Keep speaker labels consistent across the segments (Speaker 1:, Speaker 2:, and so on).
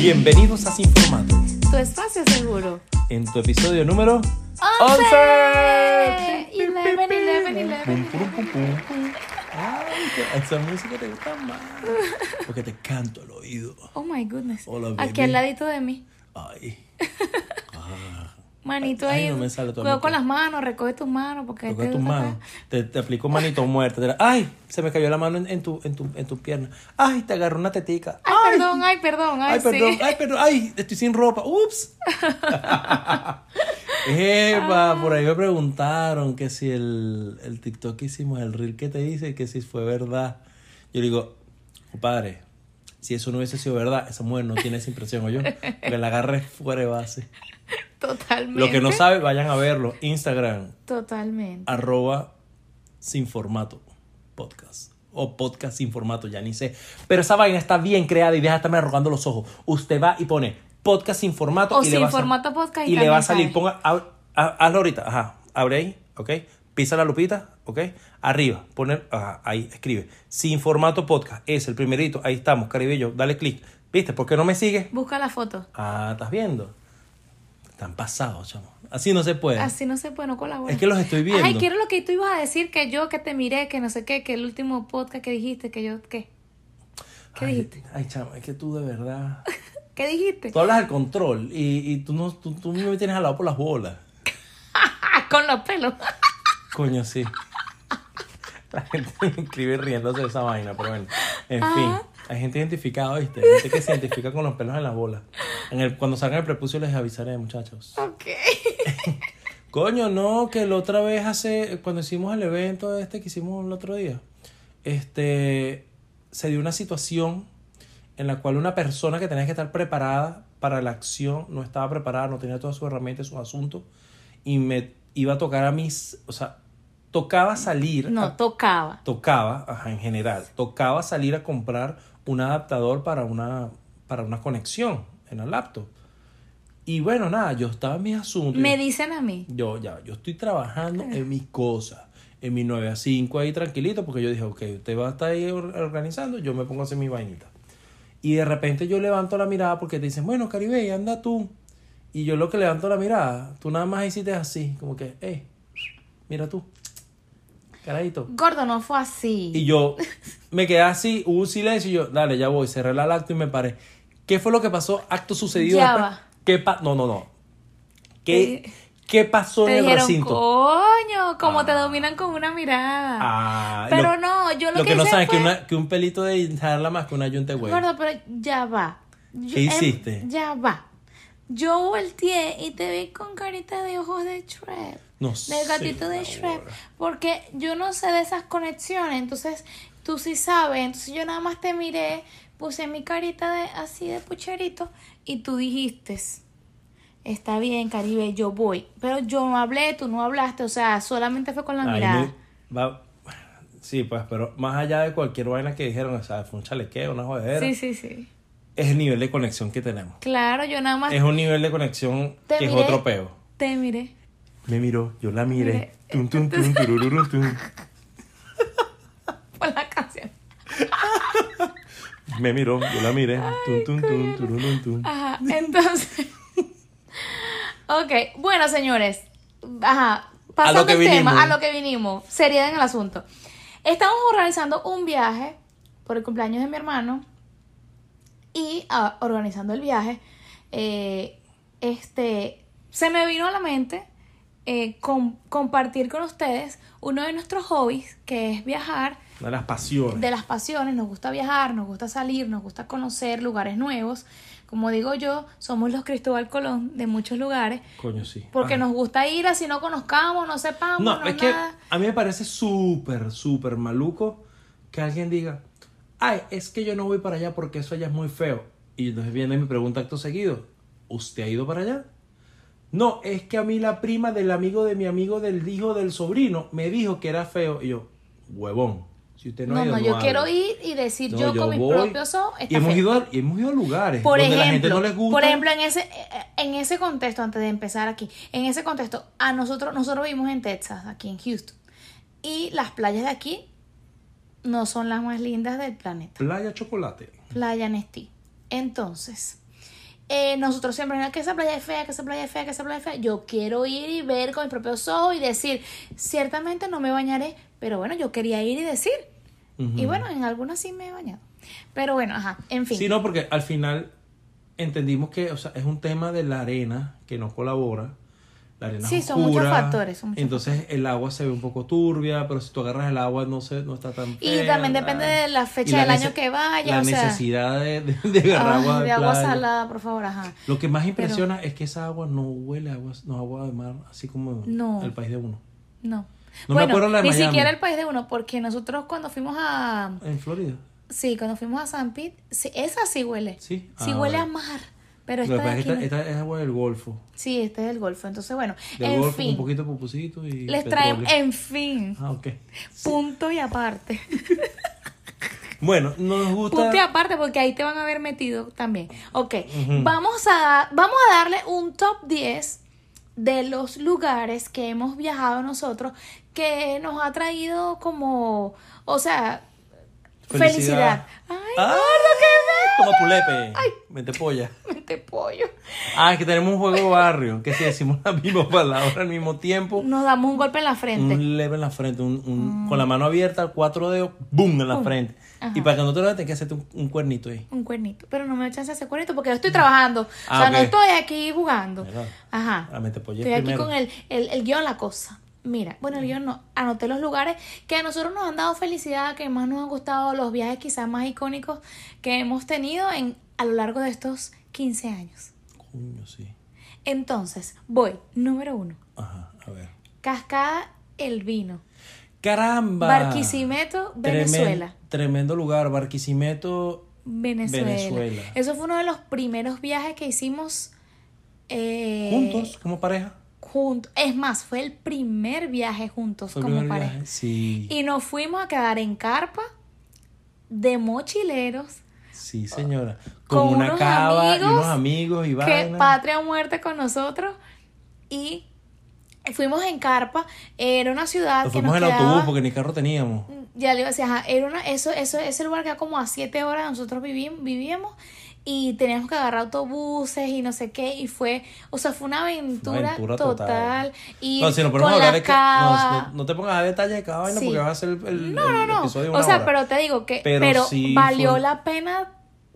Speaker 1: Bienvenidos a Sin Formato,
Speaker 2: Tu espacio seguro.
Speaker 1: en tu episodio número
Speaker 2: ¡Once!
Speaker 1: 11.
Speaker 2: Eleven, eleven, eleven,
Speaker 1: Pum, pum, pum, pum. Ay, que esa música te gusta más. Porque te canto al oído.
Speaker 2: Oh my goodness.
Speaker 1: Hola,
Speaker 2: Aquí
Speaker 1: baby.
Speaker 2: al ladito de mí.
Speaker 1: Ay. Ah.
Speaker 2: Manito
Speaker 1: Ay,
Speaker 2: ahí.
Speaker 1: no me sale tu
Speaker 2: Cuidado
Speaker 1: amigo.
Speaker 2: con las manos, recoge tus manos porque
Speaker 1: Toca
Speaker 2: te
Speaker 1: tus
Speaker 2: gusta
Speaker 1: manos. Te, te aplicó manito muerta. Te la- Ay, se me cayó la mano en, en tu, en, tu, en tu pierna. Ay, te agarró una tetica.
Speaker 2: Ay, perdón, ay, perdón, ay,
Speaker 1: Ay,
Speaker 2: sí.
Speaker 1: perdón, ay, perdón, ay, estoy sin ropa, ups. Epa,
Speaker 2: Ah.
Speaker 1: por ahí me preguntaron que si el, el TikTok que hicimos, el reel que te hice, que si fue verdad. Yo digo, compadre, si eso no hubiese sido verdad, esa mujer no tiene esa impresión, o yo, porque la agarré fuera de base.
Speaker 2: Totalmente.
Speaker 1: Lo que no Ah. sabe, vayan a verlo. Instagram,
Speaker 2: Totalmente.
Speaker 1: arroba sin formato podcast o podcast sin formato, ya ni sé. Pero esa vaina está bien creada y deja de estarme arrugando los ojos. Usted va y pone podcast sin formato
Speaker 2: O
Speaker 1: y le
Speaker 2: sin
Speaker 1: va a sal-
Speaker 2: formato podcast y
Speaker 1: y le va a
Speaker 2: también
Speaker 1: salir.
Speaker 2: sale.
Speaker 1: Ponga, hab- ha- hazlo ahorita, ajá, abre ahí, ok. Pisa la lupita, ok. Arriba, poner, ajá, ahí escribe. Sin formato podcast, es el primerito, ahí estamos, Caribello, dale clic. ¿Viste? ¿Por qué no me sigues?
Speaker 2: Busca la foto.
Speaker 1: Ah, estás viendo. Están pasados, chamo. Así no se puede.
Speaker 2: Así no se puede, no colabora.
Speaker 1: Eh. Es que los estoy viendo.
Speaker 2: Ay, quiero lo que tú ibas a decir, que yo que te miré, que no sé qué, que el último podcast que dijiste, que yo, ¿qué? ¿Qué
Speaker 1: Ay,
Speaker 2: dijiste?
Speaker 1: Ay, chama, es que tú de verdad.
Speaker 2: ¿Qué dijiste?
Speaker 1: Tú hablas al control y, y tú, no, tú, tú me tienes jalado por las bolas.
Speaker 2: Ah, con los pelos.
Speaker 1: Coño, sí. La gente me escribe riéndose de esa vaina, pero bueno. En fin, hay gente identificada, ¿viste? Hay gente que se identifica con los pelos en las bolas. En el, cuando salgan el prepucio les avisaré, muchachos. Ah.
Speaker 2: ok.
Speaker 1: Coño, no, que la otra vez hace, cuando hicimos el evento este que hicimos el otro día, este, se dio una situación en la cual una persona que tenía que estar preparada para la acción no estaba preparada, no tenía todas sus herramientas, sus asuntos, y me iba a tocar a mis, o sea, tocaba salir,
Speaker 2: No,
Speaker 1: a-
Speaker 2: tocaba.
Speaker 1: tocaba, ajá, en general, tocaba salir a comprar un adaptador para una, para una conexión en la laptop. Y bueno, nada, yo estaba en mis asuntos.
Speaker 2: Me
Speaker 1: yo-
Speaker 2: dicen a mí.
Speaker 1: yo ya, yo estoy trabajando en mis cosas, en mi 9 a 5 ahí tranquilito, porque yo dije, ok, usted va a estar ahí or- organizando, yo me pongo a hacer mi vainita. Y de repente yo levanto la mirada porque te dicen, bueno, Caribe, anda tú. Y yo lo que levanto la mirada, tú nada más hiciste así, como que, hey, mira tú, carajito.
Speaker 2: Gordo, no fue así.
Speaker 1: Y yo me quedé así, hubo un silencio y yo, dale, ya voy, cerré la acto y me paré. ¿Qué fue lo que pasó? Acto sucedido.
Speaker 2: Ya
Speaker 1: después?
Speaker 2: va.
Speaker 1: ¿Qué pa no, no, no. ¿Qué,
Speaker 2: Te-
Speaker 1: ¿qué pasó
Speaker 2: Te
Speaker 1: en el
Speaker 2: dijeron,
Speaker 1: recinto?
Speaker 2: coño, como te
Speaker 1: Ah.
Speaker 2: dominan con una mirada.
Speaker 1: Ah,
Speaker 2: pero
Speaker 1: lo-
Speaker 2: no, yo lo,
Speaker 1: Lo que, no
Speaker 2: hice
Speaker 1: saben es
Speaker 2: fue,
Speaker 1: que, una- que un pelito de jalarla más que una yunta de huevo.
Speaker 2: Gordo, pero ya va. Yo-
Speaker 1: ¿Qué
Speaker 2: em,
Speaker 1: hiciste?
Speaker 2: ya va. Yo volteé y te vi con carita de ojos de Shrek.
Speaker 1: No sé,
Speaker 2: Del gatito de Shrek.
Speaker 1: ahora.
Speaker 2: Porque yo no sé de esas conexiones. Entonces, tú sí sabes. Entonces, yo nada más te miré, puse mi carita de así de pucherito y tú dijiste. Está bien, Caribe, yo voy. Pero yo no hablé, tú no hablaste, o sea, solamente fue con la
Speaker 1: Ahí
Speaker 2: mirada.
Speaker 1: me- va- sí, pues, pero más allá de cualquier vaina que dijeron, o sea, fue un chalequeo, una jodedera.
Speaker 2: Sí, sí, sí.
Speaker 1: Es el nivel de conexión que tenemos.
Speaker 2: Claro, yo nada más
Speaker 1: Es un nivel de conexión
Speaker 2: Ah. Te
Speaker 1: que es
Speaker 2: miré.
Speaker 1: otro peo.
Speaker 2: te miré.
Speaker 1: Me miró, yo la miré.
Speaker 2: Miré.
Speaker 1: Tum, tum, tum, turururu, tum.
Speaker 2: Por la canción.
Speaker 1: Me miró, yo la miré. Tum, tum, tum, turururu, tum.
Speaker 2: Ajá, entonces. ok, bueno, señores. Ajá, pasando
Speaker 1: que
Speaker 2: el
Speaker 1: vinimos.
Speaker 2: tema, a lo que vinimos. Seriedad en el asunto. Estamos organizando un viaje por el cumpleaños de mi hermano. Y ah, organizando el viaje, eh, este, se me vino a la mente eh, com- compartir con ustedes uno de nuestros hobbies, que es viajar
Speaker 1: Una de las pasiones.
Speaker 2: de las pasiones, nos gusta viajar, nos gusta salir, nos gusta conocer lugares nuevos. Como digo yo, somos los Cristóbal Colón de muchos lugares,
Speaker 1: Coño, sí.
Speaker 2: porque
Speaker 1: Ajá.
Speaker 2: nos gusta ir así no conozcamos, no sepamos,
Speaker 1: No,
Speaker 2: no,
Speaker 1: es que
Speaker 2: nada.
Speaker 1: a mí me parece súper, súper maluco que alguien diga, ay, es que yo no voy para allá porque eso allá es muy feo. Y entonces viene mi pregunta acto seguido, ¿usted ha ido para allá? No, es que a mí la prima del amigo de mi amigo del hijo del sobrino me dijo que era feo. Y yo, huevón, si usted no,
Speaker 2: No,
Speaker 1: ha ido,
Speaker 2: no, yo
Speaker 1: hable".
Speaker 2: quiero ir y decir
Speaker 1: No,
Speaker 2: yo, con mis
Speaker 1: voy.
Speaker 2: propios ojos.
Speaker 1: Y
Speaker 2: está
Speaker 1: hemos
Speaker 2: feo.
Speaker 1: ido, a, y hemos ido a lugares
Speaker 2: por
Speaker 1: donde
Speaker 2: ejemplo,
Speaker 1: la gente no les gusta.
Speaker 2: por ejemplo, en ese, en ese contexto, antes de empezar aquí, en ese contexto, a nosotros, nosotros vivimos en Texas, aquí en Houston, y las playas de aquí no son las más lindas del planeta.
Speaker 1: Playa chocolate.
Speaker 2: Playa Nestí. Entonces, eh, nosotros siempre, "No, que esa playa es fea, que esa playa es fea, que esa playa es fea. Yo quiero ir y ver con mis propios ojos y decir, ciertamente no me bañaré, pero bueno, yo quería ir y decir. Y
Speaker 1: Ujú.
Speaker 2: bueno, en algunas sí me he bañado. Pero bueno, ajá, en fin.
Speaker 1: Sí, no, porque al final entendimos que o sea, es un tema de la arena que no colabora. La arena es
Speaker 2: Sí, son muchos
Speaker 1: oscura,
Speaker 2: factores, son muchos
Speaker 1: entonces el agua se ve un poco turbia, pero si tú agarras el agua no se, no está tan
Speaker 2: Y
Speaker 1: fea,
Speaker 2: también
Speaker 1: ¿verdad?
Speaker 2: depende de la fecha
Speaker 1: Y
Speaker 2: del año
Speaker 1: nece-
Speaker 2: que vaya,
Speaker 1: La
Speaker 2: o sea.
Speaker 1: necesidad de, de- de agarrar
Speaker 2: Ay,
Speaker 1: agua de,
Speaker 2: de agua
Speaker 1: playa.
Speaker 2: salada, por favor, ajá.
Speaker 1: Lo que más impresiona es que esa agua no huele a agua, no agua de mar, así como
Speaker 2: No.
Speaker 1: el país de uno.
Speaker 2: No.
Speaker 1: No me
Speaker 2: bueno,
Speaker 1: acuerdo la de
Speaker 2: ni
Speaker 1: Miami.
Speaker 2: siquiera el país de uno, porque nosotros cuando fuimos a
Speaker 1: En Florida.
Speaker 2: sí, cuando fuimos a San Pete, sí, esa sí huele.
Speaker 1: Sí.
Speaker 2: Sí
Speaker 1: Ah,
Speaker 2: huele a
Speaker 1: vale.
Speaker 2: mar, pero
Speaker 1: Lo que
Speaker 2: esta de
Speaker 1: pasa es
Speaker 2: aquí
Speaker 1: que esta,
Speaker 2: no.
Speaker 1: esta es agua del Golfo.
Speaker 2: Sí, este es del Golfo, entonces bueno,
Speaker 1: Del
Speaker 2: en
Speaker 1: Golfo,
Speaker 2: fin.
Speaker 1: un poquito de pupusito y
Speaker 2: les
Speaker 1: petróleo.
Speaker 2: traemos en fin,
Speaker 1: Ah, ok.
Speaker 2: punto y aparte.
Speaker 1: Bueno, nos gusta...
Speaker 2: Punto y aparte porque ahí te van a ver metido también. Ok, vamos, a, vamos a darle un top 10 de los lugares que hemos viajado nosotros que nos ha traído como, o sea, felicidad. Ay,
Speaker 1: ¡Ah! Como pulepe. Vente polla.
Speaker 2: mente pollo.
Speaker 1: Ah, es que tenemos un juego barrio. Que si decimos la misma palabra al mismo tiempo,
Speaker 2: Nos damos un golpe en la frente. Mm.
Speaker 1: un leve en la frente, un, un- con la mano abierta, cuatro dedos, ¡boom! en la frente. Y para que no te lo hagas, tienes que hacerte un, un cuernito ahí.
Speaker 2: Un cuernito, pero no me da chance de hacer cuernito porque yo estoy trabajando.
Speaker 1: Ah,
Speaker 2: o sea, no
Speaker 1: ok.
Speaker 2: estoy aquí jugando.
Speaker 1: ¿verdad?
Speaker 2: Ajá.
Speaker 1: Ah, mente polla
Speaker 2: Estoy aquí
Speaker 1: primero.
Speaker 2: con el, el, el guión, la cosa. Mira, bueno, el guión no. Anoté los lugares que a nosotros nos han dado felicidad, que más nos han gustado, los viajes quizás más icónicos que hemos tenido en, a lo largo de estos 15 años.
Speaker 1: Coño, sí.
Speaker 2: Entonces, voy. Número uno.
Speaker 1: Ajá, a ver.
Speaker 2: Cascada El Vino.
Speaker 1: ¡Caramba!
Speaker 2: Barquisimeto,
Speaker 1: Tremen-
Speaker 2: Venezuela.
Speaker 1: Tremendo lugar, Barquisimeto.
Speaker 2: Venezuela.
Speaker 1: Venezuela.
Speaker 2: Eso fue uno de los primeros viajes que hicimos. eh,
Speaker 1: Juntos, como pareja.
Speaker 2: juntos. Es más, fue el primer viaje juntos
Speaker 1: Fue el
Speaker 2: como
Speaker 1: primer
Speaker 2: pareja.
Speaker 1: viaje. Sí.
Speaker 2: Y nos fuimos a quedar en carpa de mochileros
Speaker 1: Sí, señora.
Speaker 2: con
Speaker 1: Con, una
Speaker 2: unos
Speaker 1: cava
Speaker 2: amigos
Speaker 1: y unos amigos y
Speaker 2: que
Speaker 1: vaina.
Speaker 2: patria o muerte con nosotros y fuimos en carpa era una ciudad
Speaker 1: Nos
Speaker 2: que
Speaker 1: fuimos
Speaker 2: nos
Speaker 1: en autobús
Speaker 2: quedaba-
Speaker 1: porque ni carro teníamos.
Speaker 2: ya le iba a decir ajá, era una eso eso ese lugar queda como a siete horas nosotros vivíamos vivíamos y teníamos que agarrar autobuses y no sé qué y fue o sea fue una aventura,
Speaker 1: aventura
Speaker 2: total,
Speaker 1: total.
Speaker 2: y
Speaker 1: no, si nos ponemos
Speaker 2: con
Speaker 1: a hablar
Speaker 2: la
Speaker 1: es que. No,
Speaker 2: cava
Speaker 1: no, no te pongas a detalles de cada vaina
Speaker 2: Sí.
Speaker 1: porque vas a hacer el, el-
Speaker 2: No,
Speaker 1: el
Speaker 2: no, no.
Speaker 1: episodio de
Speaker 2: o
Speaker 1: una
Speaker 2: sea,
Speaker 1: hora.
Speaker 2: pero te digo que pero,
Speaker 1: Pero sí
Speaker 2: valió
Speaker 1: fue-
Speaker 2: la pena,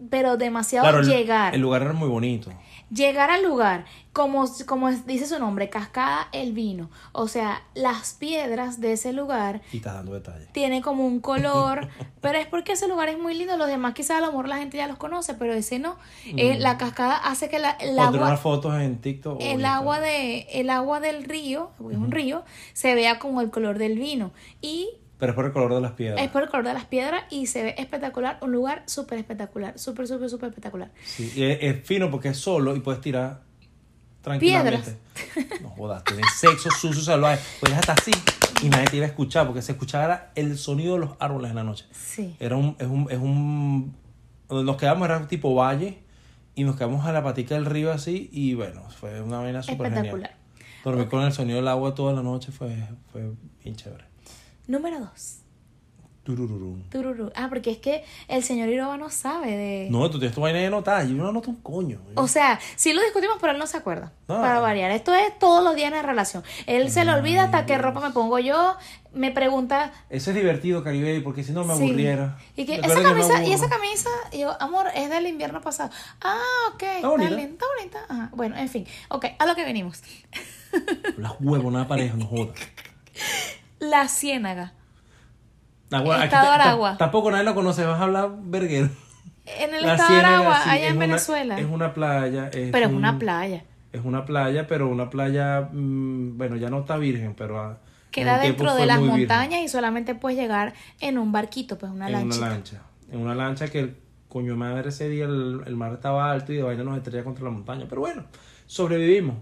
Speaker 2: pero demasiado
Speaker 1: Claro, el-
Speaker 2: llegar.
Speaker 1: El lugar era muy bonito.
Speaker 2: Llegar al lugar, como, como es- dice su nombre, Cascada el Vino. O sea, las piedras de ese lugar
Speaker 1: Y estás dando detalles.
Speaker 2: tienen como un color, pero es porque ese lugar es muy lindo. Los demás quizás a lo mejor la gente ya los conoce, pero ese no. Eh, la cascada hace que la, el
Speaker 1: Pondré
Speaker 2: agua
Speaker 1: unas fotos en TikTok. o
Speaker 2: el
Speaker 1: Instagram.
Speaker 2: agua de el agua del río, porque es un río, se vea como el color del vino y
Speaker 1: Pero es por el color de las piedras.
Speaker 2: es por el color de las piedras y se ve espectacular, un lugar súper espectacular, súper, súper, súper espectacular.
Speaker 1: Sí, y es, es fino porque es solo y puedes tirar tranquilamente. No jodas, tienes sexo sucio salvaje. Puedes hasta así y nadie te iba a escuchar porque se escuchaba el sonido de los árboles en la noche.
Speaker 2: Sí.
Speaker 1: Era un, es un, es un donde nos quedamos era un tipo valle y nos quedamos a la patica del río así y bueno, fue una vaina súper
Speaker 2: Espectacular.
Speaker 1: genial. Dormí con el sonido del agua toda la noche, fue, fue bien chévere.
Speaker 2: Número dos.
Speaker 1: Turururum.
Speaker 2: Tururú. Ah, porque es que el señor Iroba no sabe de...
Speaker 1: No, tú tienes tu vaina de notar, yo no noto un coño.
Speaker 2: O sea, sí lo discutimos, pero él no se acuerda.
Speaker 1: No.
Speaker 2: Para variar. Esto es todos los días en la relación. Él se
Speaker 1: Ah.
Speaker 2: le olvida hasta qué ropa me pongo yo. Me pregunta...
Speaker 1: Eso es divertido, Caribe, porque si no me
Speaker 2: sí.
Speaker 1: aburriera.
Speaker 2: Y que
Speaker 1: Recuerda
Speaker 2: esa
Speaker 1: que me
Speaker 2: camisa, y
Speaker 1: aburro.
Speaker 2: esa camisa, y yo, amor, es del invierno pasado. Ah, ok. Está
Speaker 1: bonita.
Speaker 2: linda, Está bonita. Ajá. Bueno, en fin. Ok, a lo que venimos.
Speaker 1: Las huevonadas parejas, no jodas.
Speaker 2: La ciénaga.
Speaker 1: Nah,
Speaker 2: El
Speaker 1: bueno,
Speaker 2: estado
Speaker 1: ta- ta-
Speaker 2: Aragua.
Speaker 1: tampoco nadie lo conoce, vas a hablar verguero.
Speaker 2: En el
Speaker 1: La
Speaker 2: estado de
Speaker 1: Ciénaga,
Speaker 2: Aragua,
Speaker 1: sí,
Speaker 2: allá
Speaker 1: es
Speaker 2: en
Speaker 1: una-
Speaker 2: Venezuela.
Speaker 1: es una playa. es
Speaker 2: Pero es
Speaker 1: un-
Speaker 2: una playa.
Speaker 1: Es una playa, pero una playa, mm, bueno, ya no está virgen, pero... ah,
Speaker 2: Queda
Speaker 1: en un tiempo
Speaker 2: dentro de
Speaker 1: fue
Speaker 2: las
Speaker 1: muy virgen.
Speaker 2: montañas y solamente puedes llegar en un barquito, pues una
Speaker 1: en
Speaker 2: lanchita.
Speaker 1: una lancha. En una lancha que el coño de madre ese día el, el mar estaba alto y de vaina nos estrella contra la montaña. Pero bueno, sobrevivimos.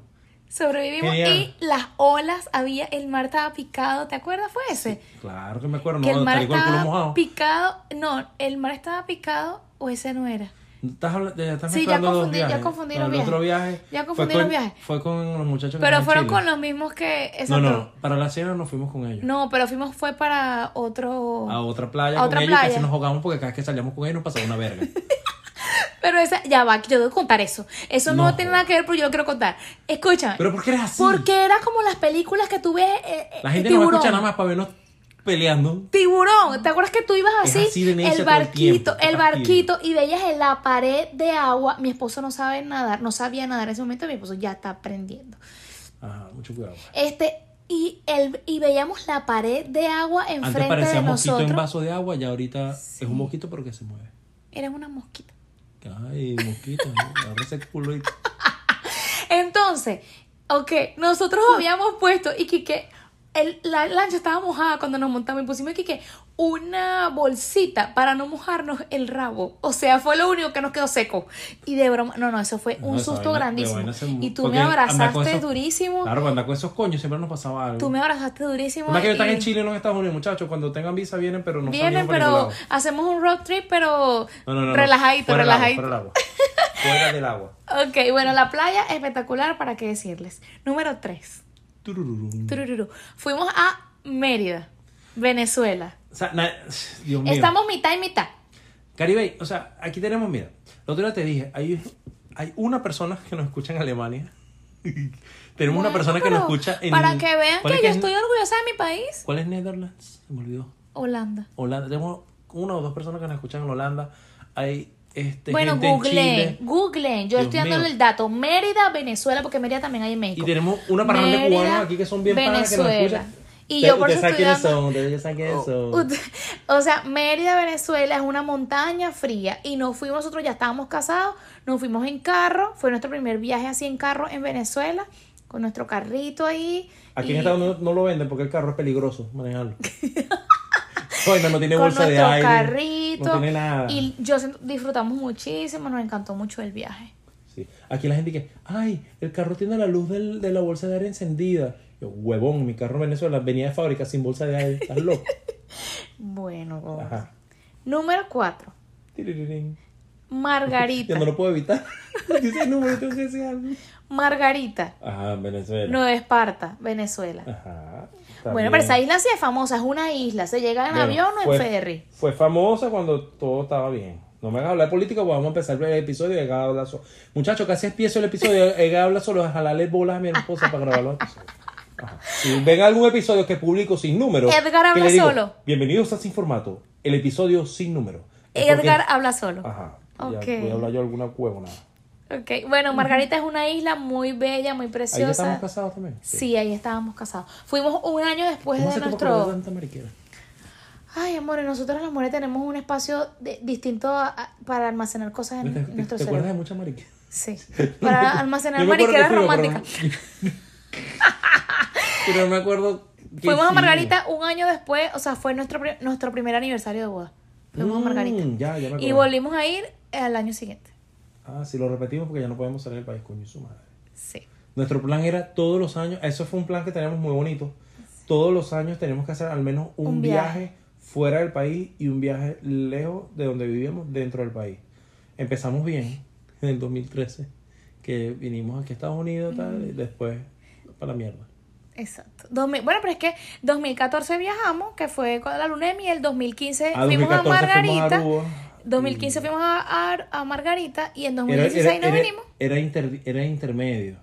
Speaker 2: Sobrevivimos
Speaker 1: Genial.
Speaker 2: y las olas había, el mar estaba picado, ¿te acuerdas? Fue ese.
Speaker 1: Claro que me acuerdo,
Speaker 2: que
Speaker 1: no,
Speaker 2: el mar
Speaker 1: salí con el culo
Speaker 2: estaba
Speaker 1: mojado.
Speaker 2: picado, no, el mar estaba picado o ese no era.
Speaker 1: Estás habla- ya estás
Speaker 2: Sí, ya
Speaker 1: mezclando dos
Speaker 2: confundí- ya
Speaker 1: viajes.
Speaker 2: confundí
Speaker 1: No,
Speaker 2: los
Speaker 1: el otro viaje.
Speaker 2: Ya
Speaker 1: fue
Speaker 2: confundí los
Speaker 1: con-
Speaker 2: viajes.
Speaker 1: Fue con los muchachos que
Speaker 2: Pero
Speaker 1: están en
Speaker 2: fueron
Speaker 1: Chile.
Speaker 2: con los mismos que ese
Speaker 1: No, no,
Speaker 2: otro.
Speaker 1: no, para la cena nos fuimos con ellos.
Speaker 2: No, pero fuimos fue para otro.
Speaker 1: A otra playa
Speaker 2: A
Speaker 1: con
Speaker 2: otra
Speaker 1: ellos que
Speaker 2: playa.
Speaker 1: así nos jugamos porque cada vez que salíamos con ellos nos pasaba una verga.
Speaker 2: Pero esa, ya va, yo debo contar eso. Eso no,
Speaker 1: No.
Speaker 2: tiene nada que ver, pero yo lo quiero contar. Escúchame.
Speaker 1: Pero ¿por qué eres así?
Speaker 2: Porque era como las películas que tú ves. eh, eh,
Speaker 1: La gente no
Speaker 2: tiburón.
Speaker 1: me escucha nada más para vernos peleando.
Speaker 2: Tiburón, ¿te acuerdas que tú ibas
Speaker 1: Es
Speaker 2: así?
Speaker 1: así de necia
Speaker 2: el
Speaker 1: todo el
Speaker 2: barquito,
Speaker 1: tiempo, qué
Speaker 2: el barquito, y veías en la pared de agua. Mi esposo no sabe nadar, no sabía nadar en ese momento, mi esposo ya está aprendiendo.
Speaker 1: Ajá, mucho cuidado.
Speaker 2: Este, y el, y veíamos la pared de agua
Speaker 1: Antes
Speaker 2: enfrente
Speaker 1: parecía
Speaker 2: de
Speaker 1: mosquito en
Speaker 2: nosotros.
Speaker 1: vaso de agua, ya ahorita es un mosquito pero que se mueve.
Speaker 2: Eran unas mosquitas.
Speaker 1: Ay, mosquito, ¿no? abre ese culo y...
Speaker 2: Entonces, ok, nosotros
Speaker 1: Mm.
Speaker 2: habíamos puesto y que el, la lancha estaba mojada cuando nos montamos y pusimos y que una bolsita para no mojarnos el rabo. O sea, fue lo único que nos quedó seco. Y de broma, no, no, eso fue
Speaker 1: No,
Speaker 2: un
Speaker 1: esa
Speaker 2: susto
Speaker 1: vaina- la
Speaker 2: grandísimo.
Speaker 1: vaina se mu-
Speaker 2: Y tú
Speaker 1: porque
Speaker 2: me
Speaker 1: andar con
Speaker 2: abrazaste
Speaker 1: esos-
Speaker 2: durísimo.
Speaker 1: Claro, cuando con esos coños siempre nos pasaba algo.
Speaker 2: Tú me abrazaste durísimo.
Speaker 1: Una que yo están
Speaker 2: y-
Speaker 1: en Chile y no en Estados Unidos, muchachos. Cuando tengan visa vienen, pero no
Speaker 2: Vienen,
Speaker 1: salen para
Speaker 2: pero
Speaker 1: ningún lado.
Speaker 2: hacemos un road trip, pero
Speaker 1: No, no, no, no.
Speaker 2: relajadito,
Speaker 1: Fuera del agua,
Speaker 2: relajadito.
Speaker 1: Fuera del agua.
Speaker 2: Ok, bueno, la playa espectacular, ¿para qué decirles? Número 3.
Speaker 1: Fuera del agua. Turururum.
Speaker 2: Tururú. Fuimos a Mérida, Venezuela.
Speaker 1: O sea, na- Dios mío.
Speaker 2: Estamos mitad y mitad.
Speaker 1: Caribe, o sea, aquí tenemos, mira, el otro día te dije, hay, hay una persona que nos escucha en Alemania. tenemos
Speaker 2: Bueno,
Speaker 1: una persona que
Speaker 2: pero
Speaker 1: nos escucha en...
Speaker 2: Para que vean que
Speaker 1: ¿cuál
Speaker 2: yo
Speaker 1: es es-
Speaker 2: estoy orgullosa de mi país,
Speaker 1: ¿Cuál es Netherlands? Se me olvidó.
Speaker 2: Holanda.
Speaker 1: Holanda. Tenemos una o dos personas que nos escuchan en Holanda. Hay este,
Speaker 2: bueno,
Speaker 1: gente en
Speaker 2: googleen,
Speaker 1: Chile.
Speaker 2: googleen. Yo
Speaker 1: Dios
Speaker 2: estoy dándole
Speaker 1: mío.
Speaker 2: el dato. Mérida, Venezuela, porque Mérida también hay en México.
Speaker 1: Y tenemos una parranda de
Speaker 2: Mérida,
Speaker 1: cubanos aquí que son bien panas que nos
Speaker 2: Venezuela.
Speaker 1: escuchan.
Speaker 2: Y
Speaker 1: Ustedes-
Speaker 2: yo por
Speaker 1: ustedes
Speaker 2: eso
Speaker 1: saben
Speaker 2: estoy
Speaker 1: quiénes
Speaker 2: dando... Oh,
Speaker 1: son, ustedes saben quiénes son.
Speaker 2: Ut- O sea, Mérida, Venezuela es una montaña fría y nos fuimos nosotros, ya estábamos casados, nos fuimos en carro, fue nuestro primer viaje así en carro en Venezuela, con nuestro carrito ahí.
Speaker 1: Aquí
Speaker 2: y
Speaker 1: en Estados Unidos no lo venden porque el carro es peligroso manejarlo. Oye, no, no tiene
Speaker 2: con
Speaker 1: bolsa de
Speaker 2: nuestro
Speaker 1: aire.
Speaker 2: carrito.
Speaker 1: No tiene nada.
Speaker 2: Y yo siento- disfrutamos muchísimo, nos encantó mucho el viaje.
Speaker 1: Sí. Aquí la gente que, ay, el carro tiene la luz del- de la bolsa de aire encendida. Yo, huevón, mi carro en Venezuela venía de fábrica sin bolsa de aire. Estás loco.
Speaker 2: Bueno, Goma.
Speaker 1: Ajá.
Speaker 2: número 4.
Speaker 1: Tiririrín.
Speaker 2: Margarita.
Speaker 1: Ya no lo puedo evitar. Dice el número, tengo que decir algo.
Speaker 2: Margarita,
Speaker 1: Ajá, en Venezuela.
Speaker 2: Nueva Esparta, Venezuela.
Speaker 1: Ajá. Ah, está
Speaker 2: bueno,
Speaker 1: bien.
Speaker 2: pero esa isla sí es famosa, es una isla, se llega en
Speaker 1: Bueno, pues,
Speaker 2: avión o
Speaker 1: fue-
Speaker 2: en ferry.
Speaker 1: Fue famosa cuando todo estaba bien. No me hagas hablar de política, pues vamos a empezar el episodio y Edgar habla solo. Muchachos, casi empiezo el episodio. Edgar habla solo a jalarle bolas a mi esposa para grabar los episodios. Ajá. Si ven algún episodio que publico sin número,
Speaker 2: Edgar
Speaker 1: que
Speaker 2: habla
Speaker 1: le digo,
Speaker 2: solo.
Speaker 1: Bienvenidos a Sin Formato, el episodio sin número. Es porque-
Speaker 2: Edgar habla solo.
Speaker 1: Ajá.
Speaker 2: Ok.
Speaker 1: Ya voy a hablar yo alguna huevonada.
Speaker 2: Ok, bueno, Margarita es una isla muy bella, muy
Speaker 1: Ahí ya estamos
Speaker 2: preciosa.
Speaker 1: casados también.
Speaker 2: Sí, ahí estábamos casados. Fuimos un año después
Speaker 1: ¿Cómo
Speaker 2: de
Speaker 1: se te ocurre
Speaker 2: nuestro...
Speaker 1: tanta mariquera?
Speaker 2: Ay, amores, nosotros las mujeres tenemos un espacio de- distinto a- a- para almacenar cosas
Speaker 1: ¿Te,
Speaker 2: en
Speaker 1: te-
Speaker 2: nuestro
Speaker 1: te acuerdas de
Speaker 2: cerebro.
Speaker 1: mucha mariquera?
Speaker 2: Sí, para almacenar
Speaker 1: Yo me acuerdo que
Speaker 2: mariqueras
Speaker 1: fuimos, pero
Speaker 2: románticas.
Speaker 1: no- Pero no me acuerdo. qué
Speaker 2: Fuimos a
Speaker 1: hicimos.
Speaker 2: Margarita un año después, o sea, fue nuestro, pri- nuestro primer aniversario de boda. Fuimos a
Speaker 1: Mm,
Speaker 2: Margarita.
Speaker 1: Ya, ya me
Speaker 2: Y
Speaker 1: acordé.
Speaker 2: volvimos a ir al año siguiente.
Speaker 1: Ah, sí, lo repetimos porque ya no podemos salir del país, coño, su madre.
Speaker 2: Sí.
Speaker 1: Nuestro plan era todos los años, eso fue un plan que tenemos muy bonito. Todos los años tenemos que hacer al menos un,
Speaker 2: Un viaje.
Speaker 1: viaje. fuera del país y un viaje lejos de donde vivíamos dentro del país. Empezamos bien en el 2013, que vinimos aquí a Estados Unidos tal, y después para la mierda.
Speaker 2: Exacto. 2000 bueno, pero es que 2014 viajamos, que fue con la luna de miel, 2015
Speaker 1: A
Speaker 2: fuimos a
Speaker 1: 2014 fuimos a
Speaker 2: Margarita,
Speaker 1: Aruba.
Speaker 2: 2015 fuimos a, a- a Margarita y en
Speaker 1: Era,
Speaker 2: 2016
Speaker 1: era,
Speaker 2: nos
Speaker 1: era-
Speaker 2: vinimos.
Speaker 1: era inter- era intermedio.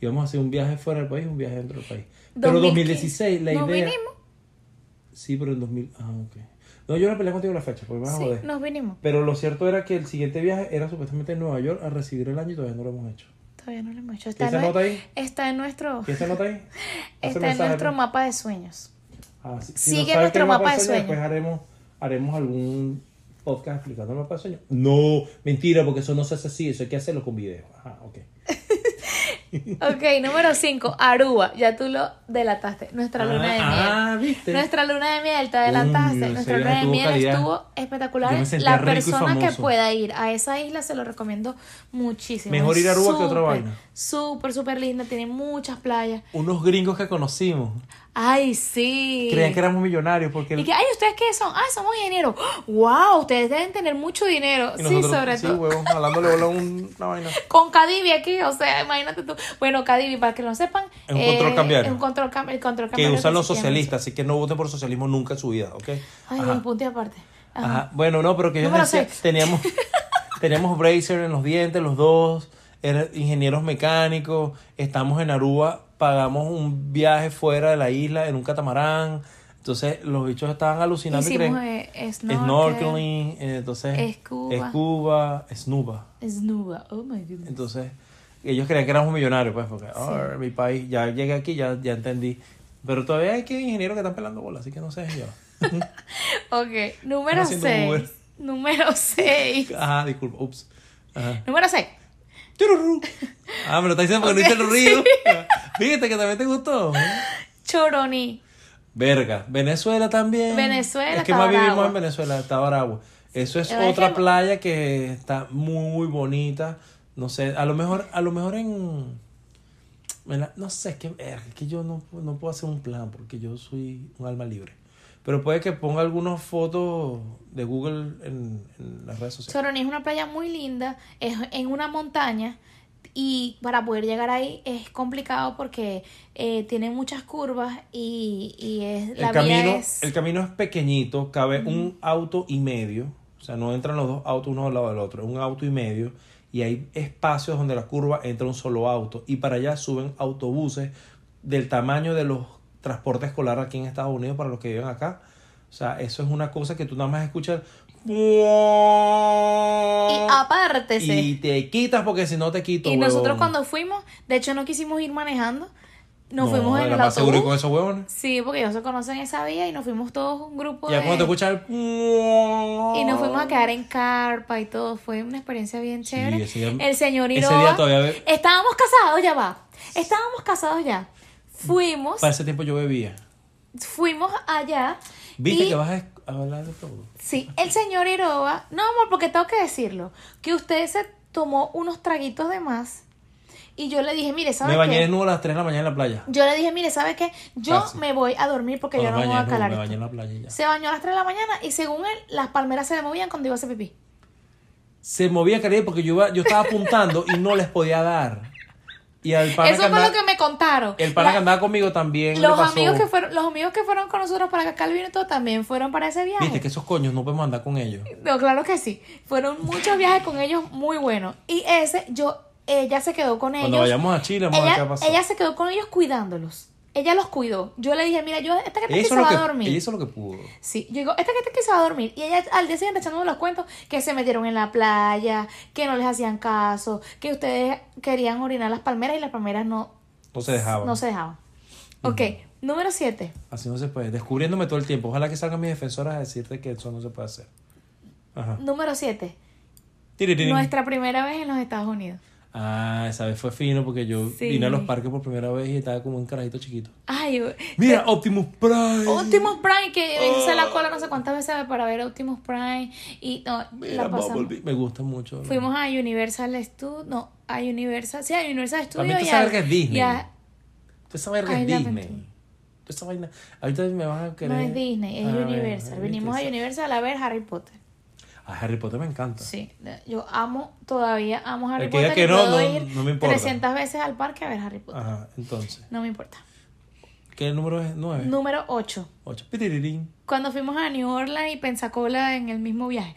Speaker 1: Íbamos a hacer un viaje fuera del país y un viaje dentro del país. Pero
Speaker 2: 2015
Speaker 1: 2016, la idea.
Speaker 2: Nos vinimos,
Speaker 1: Sí, pero en 2000. Ah, ok. No, yo no peleé contigo la fecha, porque me vas a
Speaker 2: sí,
Speaker 1: joder.
Speaker 2: nos vinimos.
Speaker 1: Pero lo cierto era que el siguiente viaje era supuestamente en Nueva York a recibir el año y todavía no lo hemos hecho.
Speaker 2: Todavía no lo hemos hecho.
Speaker 1: ¿Quién
Speaker 2: Está,
Speaker 1: se
Speaker 2: en, nue-
Speaker 1: anota ahí?
Speaker 2: está en nuestro,
Speaker 1: ¿Quién se anota ahí? Hace
Speaker 2: está en
Speaker 1: mensaje,
Speaker 2: nuestro
Speaker 1: ¿no?
Speaker 2: mapa de sueños.
Speaker 1: Ah, si- si
Speaker 2: Sigue
Speaker 1: saben
Speaker 2: nuestro
Speaker 1: qué
Speaker 2: mapa de sueños.
Speaker 1: Después haremos, haremos algún podcast explicando el mapa de sueños. No, mentira, porque eso no se hace así, eso hay que hacerlo con video. Ajá, ok.
Speaker 2: Ok, número 5, Aruba. Ya tú lo delataste. Nuestra luna de miel.
Speaker 1: Ah, ¿viste?
Speaker 2: Nuestra luna de miel, te adelantaste.
Speaker 1: Coño, ese
Speaker 2: Nuestra
Speaker 1: viaje
Speaker 2: luna de
Speaker 1: tuvo
Speaker 2: miel
Speaker 1: calidad.
Speaker 2: estuvo espectacular.
Speaker 1: Yo me sentía
Speaker 2: La
Speaker 1: rico y
Speaker 2: persona que
Speaker 1: famoso.
Speaker 2: pueda ir a esa isla se lo recomiendo muchísimo.
Speaker 1: Mejor
Speaker 2: Es
Speaker 1: ir a Aruba que otra
Speaker 2: súper,
Speaker 1: vaina.
Speaker 2: Súper, súper linda. Tiene muchas playas.
Speaker 1: Unos gringos que conocimos
Speaker 2: Ay, sí.
Speaker 1: creían que éramos millonarios porque
Speaker 2: Y que, ay, ¿ustedes qué son? Ah, somos ingenieros. ¡Wow! Ustedes deben tener mucho dinero.
Speaker 1: y
Speaker 2: sí,
Speaker 1: nosotros-
Speaker 2: sobre
Speaker 1: sí,
Speaker 2: todo.
Speaker 1: huevón, hablándole bola a un- una vaina.
Speaker 2: Con Cadivi aquí, o sea, imagínate tú. Bueno, Cadivi, para que lo sepan, eh,
Speaker 1: Es un control cambiario.
Speaker 2: Es un control, cam- el control
Speaker 1: que
Speaker 2: cambiario
Speaker 1: usan
Speaker 2: se
Speaker 1: los
Speaker 2: llama.
Speaker 1: socialistas, así que no voten por socialismo nunca en su vida, ¿ok?
Speaker 2: Ay,
Speaker 1: Ajá.
Speaker 2: un punto y aparte. Ajá.
Speaker 1: Ajá. Bueno, no, pero que ellos
Speaker 2: Número
Speaker 1: decían,
Speaker 2: seis.
Speaker 1: teníamos, Teníamos bracer en los dientes, los dos. Eran ingenieros mecánicos. Estamos en Aruba. Pagamos un viaje fuera de la isla en un catamarán. Entonces, los bichos estaban alucinando. y
Speaker 2: Hicimos
Speaker 1: creen-
Speaker 2: eh, snorkel,
Speaker 1: snorkeling. eh, entonces,
Speaker 2: Escuba.
Speaker 1: escuba, snuba.
Speaker 2: snuba, oh my goodness.
Speaker 1: Entonces, ellos creían que éramos millonarios, pues, porque, "Ah, mi país, ya llegué aquí, ya, ya entendí. Pero todavía hay que ingenieros que están pelando bola, así que no sé yo.
Speaker 2: Ok, número
Speaker 1: haciendo
Speaker 2: 6.
Speaker 1: Uber.
Speaker 2: Número 6.
Speaker 1: Ajá, disculpa, ups. Ajá.
Speaker 2: Número 6.
Speaker 1: Tururú. Ah, me lo estás diciendo porque no hice el ruido. Fíjate que también te gustó.
Speaker 2: Choroní.
Speaker 1: Verga, Venezuela también.
Speaker 2: Venezuela
Speaker 1: Es que
Speaker 2: está
Speaker 1: más
Speaker 2: bravo.
Speaker 1: vivimos en Venezuela, está bravo. Eso es
Speaker 2: La verdad
Speaker 1: otra
Speaker 2: es que-
Speaker 1: playa que está muy bonita. No sé, a lo mejor, a lo mejor en. en la- no sé, es que, verga, es que yo no, no puedo hacer un plan porque yo soy un alma libre. Pero puede que ponga algunas fotos de Google en, en las redes sociales.
Speaker 2: Choroní es una playa muy linda, es en una montaña y para poder llegar ahí es complicado porque eh, tiene muchas curvas y, y es, la
Speaker 1: el, camino,
Speaker 2: vía es...
Speaker 1: el camino es pequeñito, cabe un auto y medio. O sea, no entran los dos autos uno al lado del otro, es un auto y medio. Y hay espacios donde la curva entra un solo auto. Y para allá suben autobuses del tamaño de los transportes escolar aquí en Estados Unidos para los que viven acá. O sea, eso es una cosa que tú nada más escuchas.
Speaker 2: Y aparte,
Speaker 1: Y te quitas porque si no te quito.
Speaker 2: Y nosotros
Speaker 1: huevón.
Speaker 2: cuando fuimos, de hecho no quisimos ir manejando, nos
Speaker 1: No,
Speaker 2: fuimos en
Speaker 1: era
Speaker 2: el
Speaker 1: más seguro ir con
Speaker 2: autobús.
Speaker 1: esos huevones.
Speaker 2: Sí, porque ellos se conocen esa vía y nos fuimos todos un grupo
Speaker 1: Ya
Speaker 2: de...
Speaker 1: cuando te escuchas el.
Speaker 2: pues. Y nos fuimos a quedar en carpa y todo. Fue una experiencia bien
Speaker 1: Sí,
Speaker 2: chévere.
Speaker 1: ese día-
Speaker 2: el señor
Speaker 1: ese
Speaker 2: Iroa.
Speaker 1: día todavía ve-
Speaker 2: Estábamos casados, ya va. Estábamos casados ya. Fuimos,
Speaker 1: Para ese tiempo yo bebía.
Speaker 2: fuimos allá.
Speaker 1: Viste
Speaker 2: y,
Speaker 1: que vas a esc- a hablar de todo.
Speaker 2: Sí, el señor Iroba. No, amor, porque tengo que decirlo. Que usted se tomó unos traguitos de más. Y yo le dije, mire, ¿sabe
Speaker 1: Me bañé
Speaker 2: qué?
Speaker 1: desnudo a las 3 de la mañana en la playa.
Speaker 2: Yo le dije, mire, ¿sabe qué? Yo
Speaker 1: Ah, sí.
Speaker 2: me voy a dormir porque
Speaker 1: No,
Speaker 2: yo
Speaker 1: me
Speaker 2: no me
Speaker 1: bañé
Speaker 2: voy a
Speaker 1: desnudo,
Speaker 2: calar.
Speaker 1: Me bañé en
Speaker 2: esto".
Speaker 1: la playa y ya.
Speaker 2: Se bañó a las 3 de la mañana y según él, las palmeras se le movían cuando iba a hacer pipí.
Speaker 1: Se movía caribe porque yo, iba- yo estaba apuntando y no les podía dar. Y al pana
Speaker 2: Eso
Speaker 1: que
Speaker 2: fue
Speaker 1: andaba,
Speaker 2: lo que me contaron.
Speaker 1: el pana
Speaker 2: La-
Speaker 1: que andaba conmigo también le
Speaker 2: los
Speaker 1: pasó.
Speaker 2: amigos que fueron los amigos que fueron con nosotros para acá el vino y todo también fueron para ese viaje
Speaker 1: Viste que esos coños no podemos andar con ellos.
Speaker 2: no claro que sí fueron muchos viajes con ellos muy buenos y ese yo ella se quedó con ellos
Speaker 1: Cuando vayamos a Chile, vamos a ver qué
Speaker 2: ella,
Speaker 1: pasó.
Speaker 2: ella se quedó con ellos cuidándolos ella los cuidó yo le dije mira yo esta que
Speaker 1: Ella
Speaker 2: te
Speaker 1: hizo
Speaker 2: se
Speaker 1: lo
Speaker 2: va
Speaker 1: que,
Speaker 2: a dormir
Speaker 1: ella hizo lo que pudo.
Speaker 2: Sí, yo digo, esta que te se va a dormir. Y ella al día siguiente echándome los cuentos que se metieron en la playa, que no les hacían caso, que ustedes querían orinar las palmeras y las palmeras no,
Speaker 1: No se dejaba.
Speaker 2: no se dejaban. Ok, número 7.
Speaker 1: Así no se puede. Descubriéndome todo el tiempo. Ojalá que salgan mis defensoras a decirte que eso no se puede hacer. Ajá.
Speaker 2: Número 7.
Speaker 1: Tiririrín.
Speaker 2: Nuestra primera vez en los Estados Unidos.
Speaker 1: Ah, esa vez fue fino porque yo
Speaker 2: Sí.
Speaker 1: vine a los parques por primera vez y estaba como un carajito chiquito.
Speaker 2: Ay, yo-
Speaker 1: Mira, Oh. Optimus Prime.
Speaker 2: Optimus Prime, que hice la cola no sé cuántas veces para ver Optimus Prime. Y no,
Speaker 1: Mira,
Speaker 2: la pasamos.
Speaker 1: Bumblebee. Me gusta mucho.
Speaker 2: Fuimos a Universal Studio, no, a Universal, sí, a Universal Studio.
Speaker 1: También tú
Speaker 2: y
Speaker 1: sabes
Speaker 2: a-
Speaker 1: que es Disney.
Speaker 2: y a-
Speaker 1: Tú esa verga
Speaker 2: Ay,
Speaker 1: es
Speaker 2: lamento.
Speaker 1: Disney. Tú esa vaina. Ahorita me van a querer.
Speaker 2: no es Disney, es
Speaker 1: Ah,
Speaker 2: Universal.
Speaker 1: ¿viste?
Speaker 2: Venimos a Universal a ver Harry Potter.
Speaker 1: Ah. A Harry Potter me encanta.
Speaker 2: Sí, yo amo, todavía amo Harry
Speaker 1: El que diga
Speaker 2: Potter.
Speaker 1: que
Speaker 2: y
Speaker 1: no,
Speaker 2: puedo
Speaker 1: no-
Speaker 2: ir
Speaker 1: no me importa. Ah.
Speaker 2: 300 veces al parque a ver Harry Potter.
Speaker 1: Ajá, entonces.
Speaker 2: No me importa.
Speaker 1: ¿Qué número es? 9.
Speaker 2: Número 8.
Speaker 1: 8. Pitirirín.
Speaker 2: Cuando fuimos a New Orleans y Pensacola en el mismo viaje.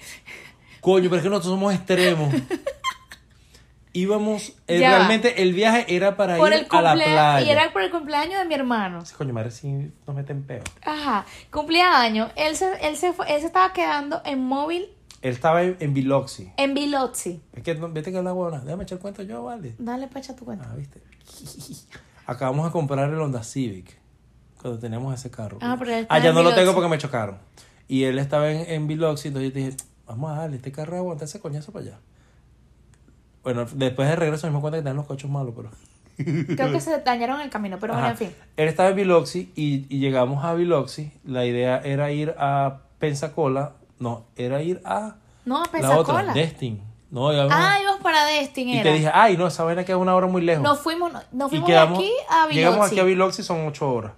Speaker 1: Coño, pero es que nosotros somos extremos. Íbamos. eh,
Speaker 2: Ya va.
Speaker 1: realmente el viaje era para
Speaker 2: por
Speaker 1: ir
Speaker 2: el
Speaker 1: a la
Speaker 2: cumplea-
Speaker 1: playa.
Speaker 2: y era por el cumpleaños de mi hermano.
Speaker 1: Ese coño, madre, sí nos meten peo.
Speaker 2: Ajá, cumpleaños. Él se, él se, fue- él se estaba quedando en móvil
Speaker 1: Él estaba en, en Biloxi.
Speaker 2: en Biloxi.
Speaker 1: Es que, no- vete que habla huevona. Déjame echar cuento yo, vale.
Speaker 2: Dale pecha tu cuenta.
Speaker 1: Ah, ¿viste? Acabamos de comprar el Honda Civic cuando teníamos ese carro.
Speaker 2: Ah, pero él estaba
Speaker 1: ah, ya
Speaker 2: en
Speaker 1: no lo
Speaker 2: Biloxi.
Speaker 1: tengo porque me chocaron. Y él estaba en, en Biloxi, entonces yo dije, vamos a darle este carro, aguanta ese coñazo para allá. Bueno, después de regreso me di cuenta que tenían los cochos malos, pero...
Speaker 2: Creo que se dañaron el camino, pero bueno,
Speaker 1: Ajá.
Speaker 2: en fin.
Speaker 1: Él estaba en Biloxi y, y llegamos a Biloxi. La idea era ir a Pensacola. No, era ir a...
Speaker 2: No, a
Speaker 1: La otra,
Speaker 2: Pensacola.
Speaker 1: Destin. No, ya
Speaker 2: Ah, íbamos para Destin,
Speaker 1: Y
Speaker 2: era.
Speaker 1: te dije, ay, no, esa vaina queda una hora muy lejos.
Speaker 2: Nos fuimos, no- nos
Speaker 1: Y
Speaker 2: fuimos
Speaker 1: quedamos-
Speaker 2: de aquí a Biloxi.
Speaker 1: Llegamos aquí a Biloxi, son ocho horas.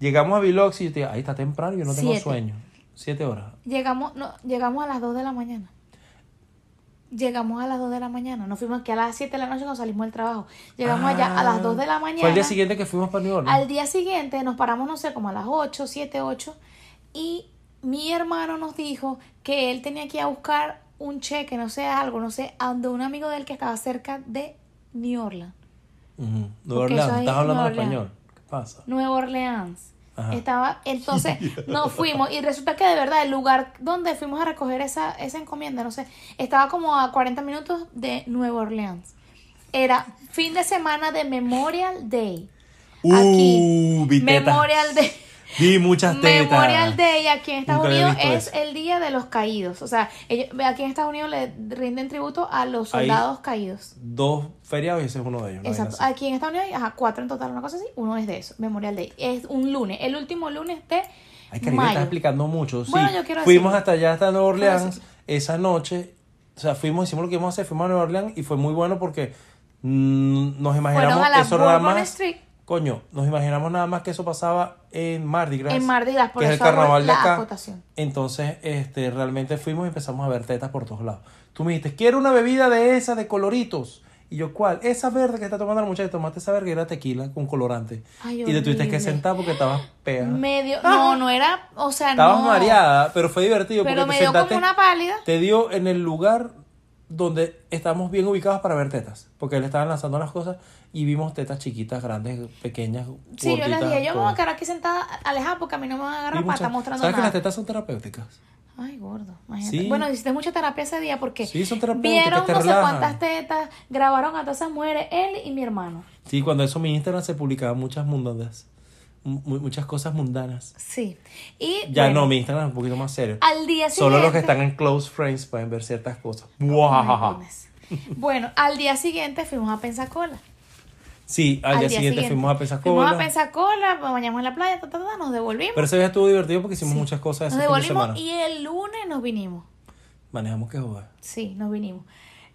Speaker 1: Llegamos a Biloxi y yo te digo, ahí está temprano, yo no tengo
Speaker 2: Siete.
Speaker 1: sueño. Siete horas.
Speaker 2: Llegamos, no, llegamos a las 2 de la mañana. Llegamos a las 2 de la mañana. Nos fuimos aquí a las 7 de la noche cuando salimos del trabajo. Llegamos allá a las 2 de la mañana.
Speaker 1: Ah. Fue el día siguiente que fuimos para New Orleans.
Speaker 2: Al día siguiente nos paramos, no sé, como a las 8, 7, 8. Y mi hermano nos dijo que él tenía que ir a buscar un cheque, no sé, algo, no sé, a donde un amigo de él que estaba cerca de New Orleans,
Speaker 1: Ujú. Nueva
Speaker 2: Porque eso
Speaker 1: Orleans,
Speaker 2: ahí
Speaker 1: estás
Speaker 2: es
Speaker 1: hablando
Speaker 2: Nueva
Speaker 1: en español.
Speaker 2: Orleans.
Speaker 1: ¿Qué pasa?
Speaker 2: Nueva Orleans.
Speaker 1: Ajá.
Speaker 2: Estaba, entonces nos fuimos y resulta que de verdad el lugar donde fuimos a recoger esa, esa encomienda, no sé, estaba como a 40 minutos de Nueva Orleans. Era fin de semana de Memorial Day.
Speaker 1: Uh, vi tetas.
Speaker 2: Memorial Day.
Speaker 1: Vi muchas tetas.
Speaker 2: Memorial Day aquí en Estados
Speaker 1: Nunca había
Speaker 2: Unidos
Speaker 1: visto
Speaker 2: es
Speaker 1: eso.
Speaker 2: el día de los caídos. O sea, ellos- aquí en Estados Unidos le rinden tributo a los
Speaker 1: Ahí.
Speaker 2: soldados caídos.
Speaker 1: Dos feriados y ese es uno de ellos. una vaina
Speaker 2: Exacto.
Speaker 1: así.
Speaker 2: Aquí en Estados Unidos, hay, ajá, cuatro en total, una cosa así. Uno es de eso, Memorial Day. Es un lunes, el último lunes de
Speaker 1: Ay, Karina,
Speaker 2: mayo.
Speaker 1: estás explicando mucho. Sí,
Speaker 2: Bueno, yo quiero
Speaker 1: fuimos
Speaker 2: decir-
Speaker 1: hasta allá, hasta Nueva
Speaker 2: Quiero
Speaker 1: Orleans, esa noche. O sea, fuimos, hicimos lo que íbamos a hacer, fuimos a Nueva Orleans y fue muy bueno porque mm, nos imaginamos
Speaker 2: Fueron a la
Speaker 1: eso nada
Speaker 2: Bourbon
Speaker 1: más.
Speaker 2: Street.
Speaker 1: Coño, nos imaginamos nada más que eso pasaba en Mardi Gras.
Speaker 2: En Mardi Gras, por
Speaker 1: que es el
Speaker 2: eso hago
Speaker 1: carnaval de
Speaker 2: la
Speaker 1: acá.
Speaker 2: acotación.
Speaker 1: Entonces, este, realmente fuimos y empezamos a ver tetas por todos lados. Tú me dijiste, quiero una bebida de esa, de coloritos. Y yo, ¿cuál? Esa verde que está tomando la muchacha. Tomaste esa verde que era tequila con colorante.
Speaker 2: Ay,
Speaker 1: y te tuviste que
Speaker 2: horrible.
Speaker 1: sentar porque estabas pea.
Speaker 2: Medio, no, no era, o sea,
Speaker 1: Ah. Estabas
Speaker 2: no.
Speaker 1: mareada, pero fue divertido
Speaker 2: Pero
Speaker 1: porque
Speaker 2: me
Speaker 1: te
Speaker 2: dio
Speaker 1: sentaste.
Speaker 2: como una pálida.
Speaker 1: Te dio en el lugar donde estamos bien ubicados para ver tetas. Porque le estaban lanzando las cosas y vimos tetas chiquitas, grandes, pequeñas.
Speaker 2: Sí, yo les
Speaker 1: gorditas,
Speaker 2: dije, yo me voy
Speaker 1: todas.
Speaker 2: a quedar aquí sentada, alejada, porque a mí no me van a
Speaker 1: Y
Speaker 2: agarrar
Speaker 1: muchas-
Speaker 2: pata mostrando
Speaker 1: ¿Sabes que
Speaker 2: nada.
Speaker 1: las tetas son terapéuticas?
Speaker 2: Ay, gordo, imagínate.
Speaker 1: Sí.
Speaker 2: Bueno, hiciste mucha terapia ese día porque
Speaker 1: Sí, son terapéuticas,
Speaker 2: vieron
Speaker 1: te
Speaker 2: no sé
Speaker 1: relajan.
Speaker 2: cuántas tetas, grabaron a todas esas mujeres, él y mi hermano.
Speaker 1: Sí, cuando eso mi Instagram se publicaban muchas mundanas. mu- muchas cosas mundanas.
Speaker 2: Sí. Y
Speaker 1: Ya
Speaker 2: bueno,
Speaker 1: no, mi Instagram es un poquito más serio.
Speaker 2: al día siguiente.
Speaker 1: Solo los que están en close friends pueden ver ciertas cosas.
Speaker 2: Ay,
Speaker 1: Muajajaja.
Speaker 2: goodness. Bueno, al día siguiente fuimos a Pensacola.
Speaker 1: Sí, al, día, siguiente, fuimos a Pensacola.
Speaker 2: Fuimos a Pensacola, nos bañamos en la playa, ta, ta, ta, nos devolvimos.
Speaker 1: Pero ese día estuvo divertido porque hicimos
Speaker 2: Sí.
Speaker 1: muchas cosas
Speaker 2: Nos
Speaker 1: ese fin de
Speaker 2: devolvimos
Speaker 1: semana.
Speaker 2: y el lunes nos vinimos.
Speaker 1: Manejamos que joder.
Speaker 2: Sí, nos vinimos.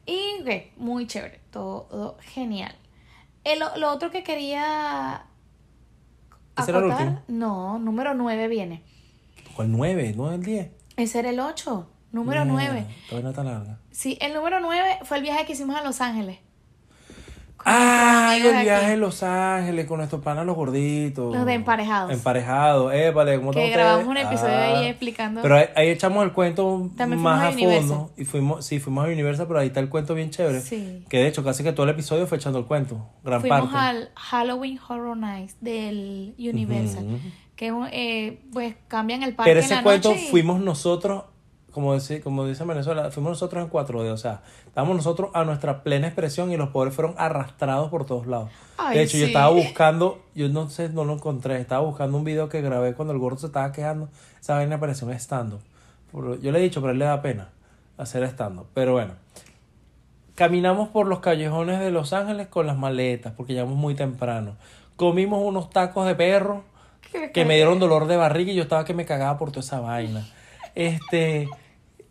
Speaker 2: Y ok, muy chévere, todo genial. El, o- lo otro que quería...
Speaker 1: ¿Ese era el
Speaker 2: acotar-
Speaker 1: último?
Speaker 2: No, número 9 viene.
Speaker 1: ¿Cuál 9? ¿No el 10?
Speaker 2: Ese era el 8, número
Speaker 1: Mierda,
Speaker 2: 9.
Speaker 1: Todavía no está larga.
Speaker 2: Sí, el número 9 fue el viaje que hicimos a Los Ángeles. Con
Speaker 1: Ah,
Speaker 2: nuestros amigos
Speaker 1: el
Speaker 2: de
Speaker 1: viaje
Speaker 2: aquí.
Speaker 1: a Los Ángeles con nuestros panas los gorditos.
Speaker 2: Los de emparejados.
Speaker 1: Emparejados, épale, ¿cómo
Speaker 2: Que
Speaker 1: están
Speaker 2: grabamos
Speaker 1: ustedes? Ah,
Speaker 2: un episodio ahí explicando.
Speaker 1: Pero ahí, ahí echamos el cuento
Speaker 2: También fuimos
Speaker 1: más
Speaker 2: a
Speaker 1: a fondo.
Speaker 2: Universal.
Speaker 1: Y fuimos, sí, fuimos a Universal, pero ahí está el cuento bien chévere.
Speaker 2: Sí.
Speaker 1: Que de hecho, casi que todo el episodio fue echando el cuento. Gran
Speaker 2: Fuimos
Speaker 1: parte.
Speaker 2: al Halloween Horror Nights del Universal.
Speaker 1: Ujú.
Speaker 2: Que es un- eh, pues cambian el parque
Speaker 1: Pero
Speaker 2: en
Speaker 1: ese
Speaker 2: la
Speaker 1: cuento
Speaker 2: noche y-
Speaker 1: fuimos nosotros, como dice, como dice en Venezuela, fuimos nosotros en 4D, o sea, estábamos nosotros a nuestra plena expresión y los pobres fueron arrastrados por todos lados.
Speaker 2: Ay,
Speaker 1: de hecho, yo
Speaker 2: sí.
Speaker 1: estaba buscando, yo no sé, no lo encontré, estaba buscando un video que grabé cuando el gordo se estaba quejando, esa vaina apareció en stand Yo le he dicho, pero a él le da pena hacer stand pero bueno. Caminamos por los callejones de Los Ángeles con las maletas, porque llegamos muy temprano. Comimos unos tacos de perro que me dieron dolor de barriga y yo estaba que me cagaba por toda esa vaina. Este,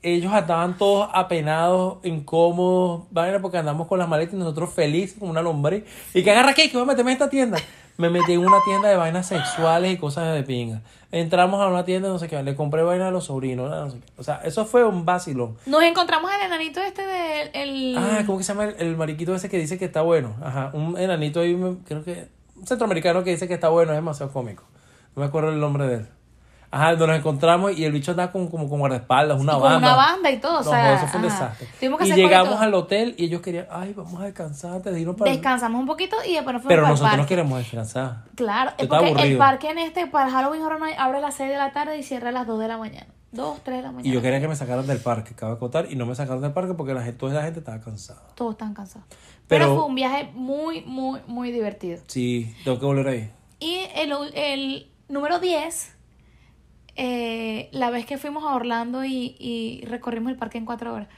Speaker 1: ellos andaban todos apenados, incómodos, vaina, porque andamos con las maletas y nosotros felices como una lombriz. ¿Y que agarra qué? Que voy a meterme en esta tienda. Me metí en una tienda de vainas sexuales y cosas de pinga. Entramos a una tienda, no sé qué, le compré vainas a los sobrinos, no sé qué. O sea, eso fue un vacilón.
Speaker 2: Nos encontramos al enanito este del el-
Speaker 1: Ah, ¿cómo que se llama el, el mariquito ese que dice que está bueno? Ajá, un enanito ahí, me- creo que un centroamericano que dice que está bueno, es demasiado cómico. No me acuerdo el nombre de él. Ajá, nos encontramos y el bicho andaba con, como con guardaespaldas, una
Speaker 2: y con
Speaker 1: banda.
Speaker 2: una banda y todo. o
Speaker 1: No,
Speaker 2: sea,
Speaker 1: eso fue un
Speaker 2: ajá.
Speaker 1: desastre.
Speaker 2: Tuvimos que
Speaker 1: y
Speaker 2: hacer cola
Speaker 1: llegamos
Speaker 2: todo.
Speaker 1: al hotel y ellos querían, ay, vamos a descansar antes de irnos para el...
Speaker 2: Descansamos un poquito y después nos fuimos
Speaker 1: Pero
Speaker 2: para el
Speaker 1: nosotros no
Speaker 2: parque.
Speaker 1: queremos descansar.
Speaker 2: Claro, es
Speaker 1: estaba
Speaker 2: porque el
Speaker 1: aburrido.
Speaker 2: parque en este para Halloween Horror Night abre a las 6 de la tarde y cierra a las 2 de la mañana. 2, 3 de la mañana.
Speaker 1: Y yo quería que me sacaran del parque, acabo de acotar, y no me sacaron del parque porque la gente, toda la gente estaba cansada.
Speaker 2: Todos están cansados. Pero,
Speaker 1: Pero-
Speaker 2: fue un viaje muy, muy, muy divertido.
Speaker 1: Sí, tengo que volver ahí.
Speaker 2: Y el, ul- el número 10, eh, la vez que fuimos a Orlando y, y recorrimos el parque en 4 horas.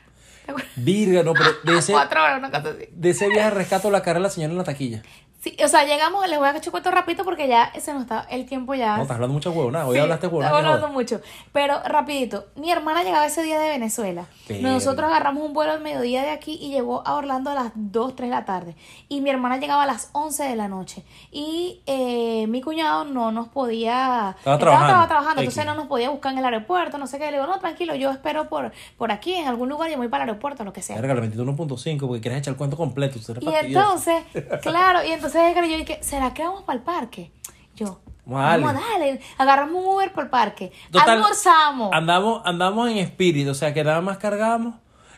Speaker 2: ¿Te acuerdas?
Speaker 1: Virga, no, pero de ese,
Speaker 2: 4 horas, una cosa así.
Speaker 1: de ese viaje rescato la cara de la señora en la taquilla.
Speaker 2: Sí, o sea, llegamos, les voy a echar cuento rapidito porque ya se nos está el tiempo ya.
Speaker 1: No, estás hablando mucho huevonada. Hoy
Speaker 2: Sí,
Speaker 1: hablaste huevonada.
Speaker 2: estaba
Speaker 1: que
Speaker 2: hablando
Speaker 1: joder.
Speaker 2: mucho. Pero rapidito, mi hermana llegaba ese día de Venezuela.
Speaker 1: Verga.
Speaker 2: Nosotros agarramos un vuelo al mediodía de aquí y llegó a Orlando a las 2, 3 de la tarde. Y mi hermana llegaba a las 11 de la noche. Y eh, mi cuñado no nos podía...
Speaker 1: Estaba
Speaker 2: estaba
Speaker 1: trabajando.
Speaker 2: trabajando, entonces
Speaker 1: X.
Speaker 2: no nos podía buscar en el aeropuerto, no sé qué. Le digo, no, tranquilo, yo espero por, por aquí, en algún lugar, yo me voy para el aeropuerto, lo que sea.
Speaker 1: Verga, le metiste 1.5 porque quieres echar el cuento completo. usted eres
Speaker 2: Y
Speaker 1: fastidioso.
Speaker 2: entonces, claro, y entonces Edgar y yo dije, ¿será que vamos para el parque? Yo,
Speaker 1: Vamos a darle.
Speaker 2: vamos a darle. Agarramos un Uber por el parque.
Speaker 1: Total,
Speaker 2: Almorzamos.
Speaker 1: Andamos, andamos en espíritu, o sea que nada más cargamos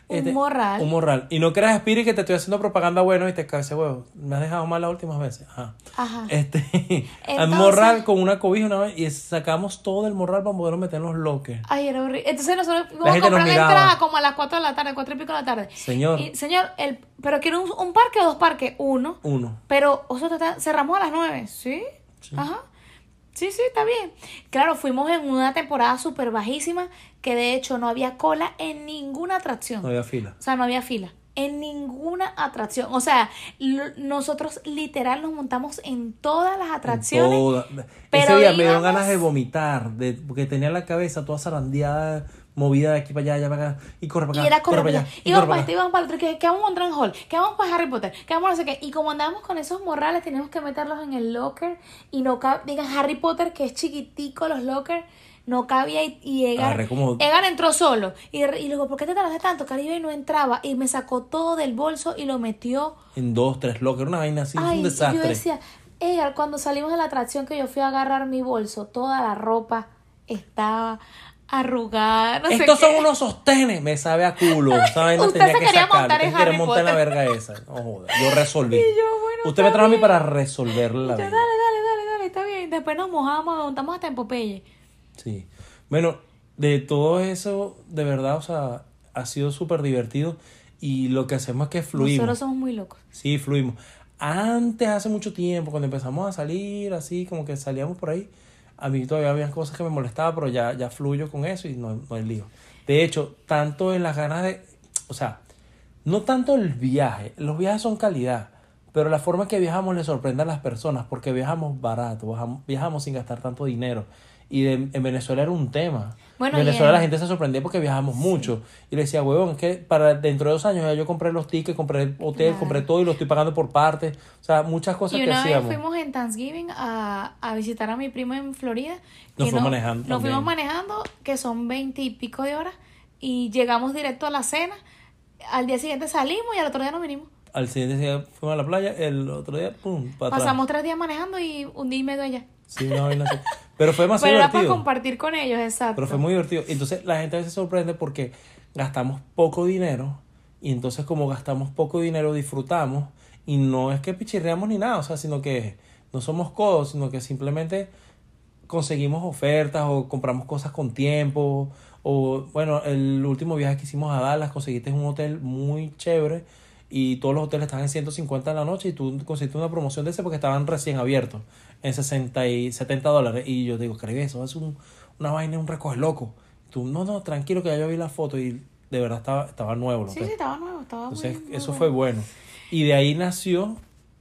Speaker 2: Un
Speaker 1: Este,
Speaker 2: morral.
Speaker 1: Un morral. Y no creas, Spiri, que te estoy haciendo propaganda bueno y te cae ese huevo. Me has dejado mal las últimas veces. Ajá.
Speaker 2: Ajá.
Speaker 1: Este, al
Speaker 2: Entonces-
Speaker 1: morral con una cobija una vez y sacamos todo el morral para poder meter los loques.
Speaker 2: Ay, era horrible. Entonces nosotros íbamos
Speaker 1: gente
Speaker 2: a comprar
Speaker 1: nos
Speaker 2: la
Speaker 1: miraba.
Speaker 2: entrada como a las 4 de la tarde, 4 y pico de la tarde.
Speaker 1: Señor,
Speaker 2: Y, señor, el, pero quiero un, un parque o dos parques. Uno.
Speaker 1: uno.
Speaker 2: Pero nosotros está- cerramos a las 9, ¿sí? Ajá. Sí, sí, está bien. Claro, fuimos en una temporada súper bajísima que de hecho no había cola en ninguna atracción.
Speaker 1: No había fila.
Speaker 2: O sea, no había fila. En ninguna atracción. O sea, l- nosotros literal nos montamos en todas las atracciones.
Speaker 1: Toda- Ese
Speaker 2: pero
Speaker 1: día me dieron
Speaker 2: íbamos-
Speaker 1: ganas de vomitar, de, porque tenía la cabeza toda zarandeada, movida de aquí para allá, allá para acá, y corre para
Speaker 2: Y
Speaker 1: acá.
Speaker 2: era
Speaker 1: corre
Speaker 2: correr
Speaker 1: para
Speaker 2: para
Speaker 1: allá, y
Speaker 2: Íbamos
Speaker 1: corre
Speaker 2: para
Speaker 1: para acá.
Speaker 2: este, íbamos para el otro. Que, que vamos a Montran Hall, que vamos para Harry Potter, que vamos a no sé qué. Y como andábamos con esos morrales, teníamos que meterlos en el locker. Y no cabía. Digan Harry Potter, que es chiquitico los lockers. No cabía y, y Egan,
Speaker 1: Agarré como-
Speaker 2: Egan entró solo. Y, de- y luego, ¿por qué te tardaste tanto, Caribe? Y no entraba. Y me sacó todo del bolso y lo metió.
Speaker 1: En dos, tres lockers, una vaina así,
Speaker 2: Ay,
Speaker 1: un
Speaker 2: yo
Speaker 1: desastre.
Speaker 2: decía, Edgar, cuando salimos de la atracción que yo fui a agarrar mi bolso, toda la ropa estaba arrugada. no sé
Speaker 1: Estos
Speaker 2: qué.
Speaker 1: son unos sostenes, me sabe a culo. Esa vaina
Speaker 2: Usted
Speaker 1: tenía
Speaker 2: se
Speaker 1: que
Speaker 2: quería
Speaker 1: sacarla,
Speaker 2: montar en
Speaker 1: usted quería
Speaker 2: Harry
Speaker 1: montar en la
Speaker 2: Potter.
Speaker 1: verga esa. No joda, yo resolví.
Speaker 2: yo, bueno,
Speaker 1: usted me
Speaker 2: está
Speaker 1: trajo a mí
Speaker 2: bien.
Speaker 1: para resolver la
Speaker 2: Yo, dale,
Speaker 1: vaina.
Speaker 2: dale, dale, dale, está bien. Después nos mojamos, nos montamos hasta en Popeye.
Speaker 1: Sí. Bueno, de todo eso, de verdad, o sea, ha sido súper divertido y lo que hacemos es que fluimos.
Speaker 2: Nosotros somos muy locos.
Speaker 1: Sí, fluimos. Antes, hace mucho tiempo, cuando empezamos a salir, así como que salíamos por ahí, a mí todavía había cosas que me molestaban, pero ya, ya fluyo con eso y no, no hay lío. De hecho, tanto en las ganas de... O sea, no tanto el viaje, los viajes son calidad, pero la forma que viajamos le sorprende a las personas, porque viajamos barato, viajamos, viajamos sin gastar tanto dinero. Y de- en Venezuela era un tema.
Speaker 2: Bueno,
Speaker 1: en
Speaker 2: y
Speaker 1: Venezuela
Speaker 2: en-
Speaker 1: la gente se sorprendía porque viajamos mucho. Y le decía, huevón, es que para dentro de dos años ya yo compré los tickets, compré hotel,
Speaker 2: Claro.
Speaker 1: compré todo y lo estoy pagando por partes. O sea, muchas cosas
Speaker 2: Y
Speaker 1: que
Speaker 2: una vez
Speaker 1: hacíamos.
Speaker 2: fuimos en Thanksgiving a, a visitar a mi primo en Florida.
Speaker 1: Nos
Speaker 2: que
Speaker 1: fuimos manejando
Speaker 2: Nos
Speaker 1: también.
Speaker 2: fuimos manejando, que son veinte y pico de horas, y llegamos directo a la cena. Al día siguiente salimos y al otro día nos vinimos.
Speaker 1: Al siguiente día fuimos a la playa, el otro día, pum, para atrás.
Speaker 2: Pasamos tres días manejando y un día y medio allá.
Speaker 1: Sí, una vaina así. Pero fue demasiado
Speaker 2: Pero era para
Speaker 1: divertido.
Speaker 2: compartir con ellos, exacto.
Speaker 1: Pero fue muy divertido. Entonces la gente a veces se sorprende porque gastamos poco dinero y entonces como gastamos poco dinero disfrutamos y no es que pichirreamos ni nada, o sea, sino que no somos codos, sino que simplemente conseguimos ofertas o compramos cosas con tiempo o bueno, el último viaje que hicimos a Dallas conseguiste un hotel muy chévere y todos los hoteles están en 150 en la noche y tú conseguiste una promoción de ese porque estaban recién abiertos en 60 y 70 dólares y yo digo, Caribe, eso es un, una vaina, un recoge loco. Tú, no, no, tranquilo que ya yo vi la foto y de verdad estaba, estaba nuevo el
Speaker 2: Sí,
Speaker 1: hotel.
Speaker 2: sí, estaba nuevo, estaba muy-
Speaker 1: Entonces,
Speaker 2: muy
Speaker 1: eso
Speaker 2: bueno.
Speaker 1: fue bueno. Y de ahí nació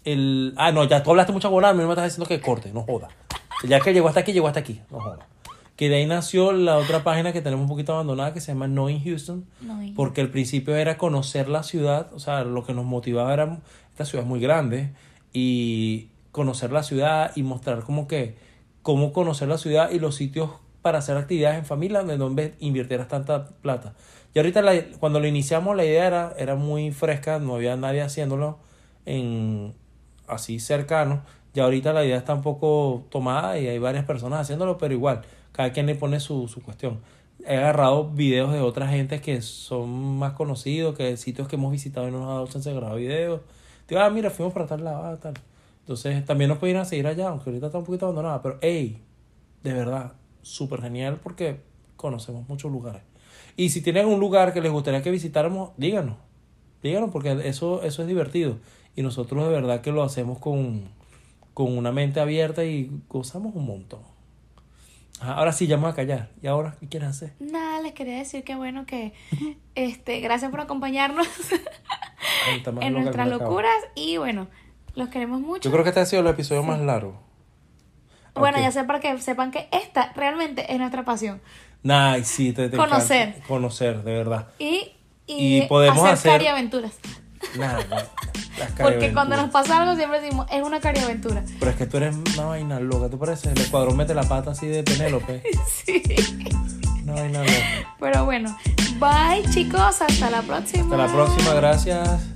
Speaker 1: el. Ah, no, ya tú hablaste mucha bola, a mí me estás diciendo que corte, no joda. Ya que llegó hasta aquí, llegó hasta aquí, no joda. Que de ahí nació la otra página que tenemos un poquito abandonada que se llama Knowing Houston.
Speaker 2: Knowing.
Speaker 1: Porque al principio era conocer la ciudad, o sea, lo que nos motivaba era. Esta ciudad es muy grande y conocer la ciudad y mostrar como que. cómo conocer la ciudad y los sitios para hacer actividades en familia donde no inve- invirtieras tanta plata. Y ahorita la- cuando lo iniciamos la idea era, era muy fresca, no había nadie haciéndolo en así cercano. Ya ahorita la idea está un poco tomada y hay varias personas haciéndolo, pero igual, cada quien le pone su, su cuestión. He agarrado videos de otra gente que son más conocidos, que sitios que hemos visitado y no nos ha dado chance de grabar videos. Digo, ah, mira, fuimos para tal lado, ah, tal. Entonces, también nos pueden ir a seguir allá, aunque ahorita está un poquito abandonada, pero hey, de verdad, súper genial porque conocemos muchos lugares. Y si tienen un lugar que les gustaría que visitáramos, díganos. Díganos porque eso, eso es divertido. Y nosotros de verdad que lo hacemos con, con una mente abierta y gozamos un montón. Ajá, ahora sí, ya me voy a callar. ¿Y ahora qué quieres hacer?
Speaker 2: Nada, les quería decir que bueno que este, gracias por acompañarnos
Speaker 1: Ay, está más
Speaker 2: en
Speaker 1: loca que
Speaker 2: nuestras
Speaker 1: una cabra.
Speaker 2: locuras y bueno, los queremos mucho.
Speaker 1: Yo creo que este ha sido el episodio más largo.
Speaker 2: Bueno,
Speaker 1: Ok.
Speaker 2: ya sé para que sepan que esta realmente es nuestra pasión.
Speaker 1: Nah, sí, te, te encanta.
Speaker 2: Conocer.
Speaker 1: Conocer, de verdad.
Speaker 2: Y,
Speaker 1: Y podemos hacer-
Speaker 2: aventuras.
Speaker 1: Nah, nah, las
Speaker 2: Porque cuando
Speaker 1: cariaventuras.
Speaker 2: nos pasa algo siempre decimos, es una cariaventura.
Speaker 1: Pero es que tú eres una vaina loca, ¿tú pareces? El cuadrón mete la pata así de Penélope.
Speaker 2: Sí.
Speaker 1: Una vaina loca.
Speaker 2: Pero bueno, bye chicos, hasta la próxima.
Speaker 1: Hasta la próxima, gracias.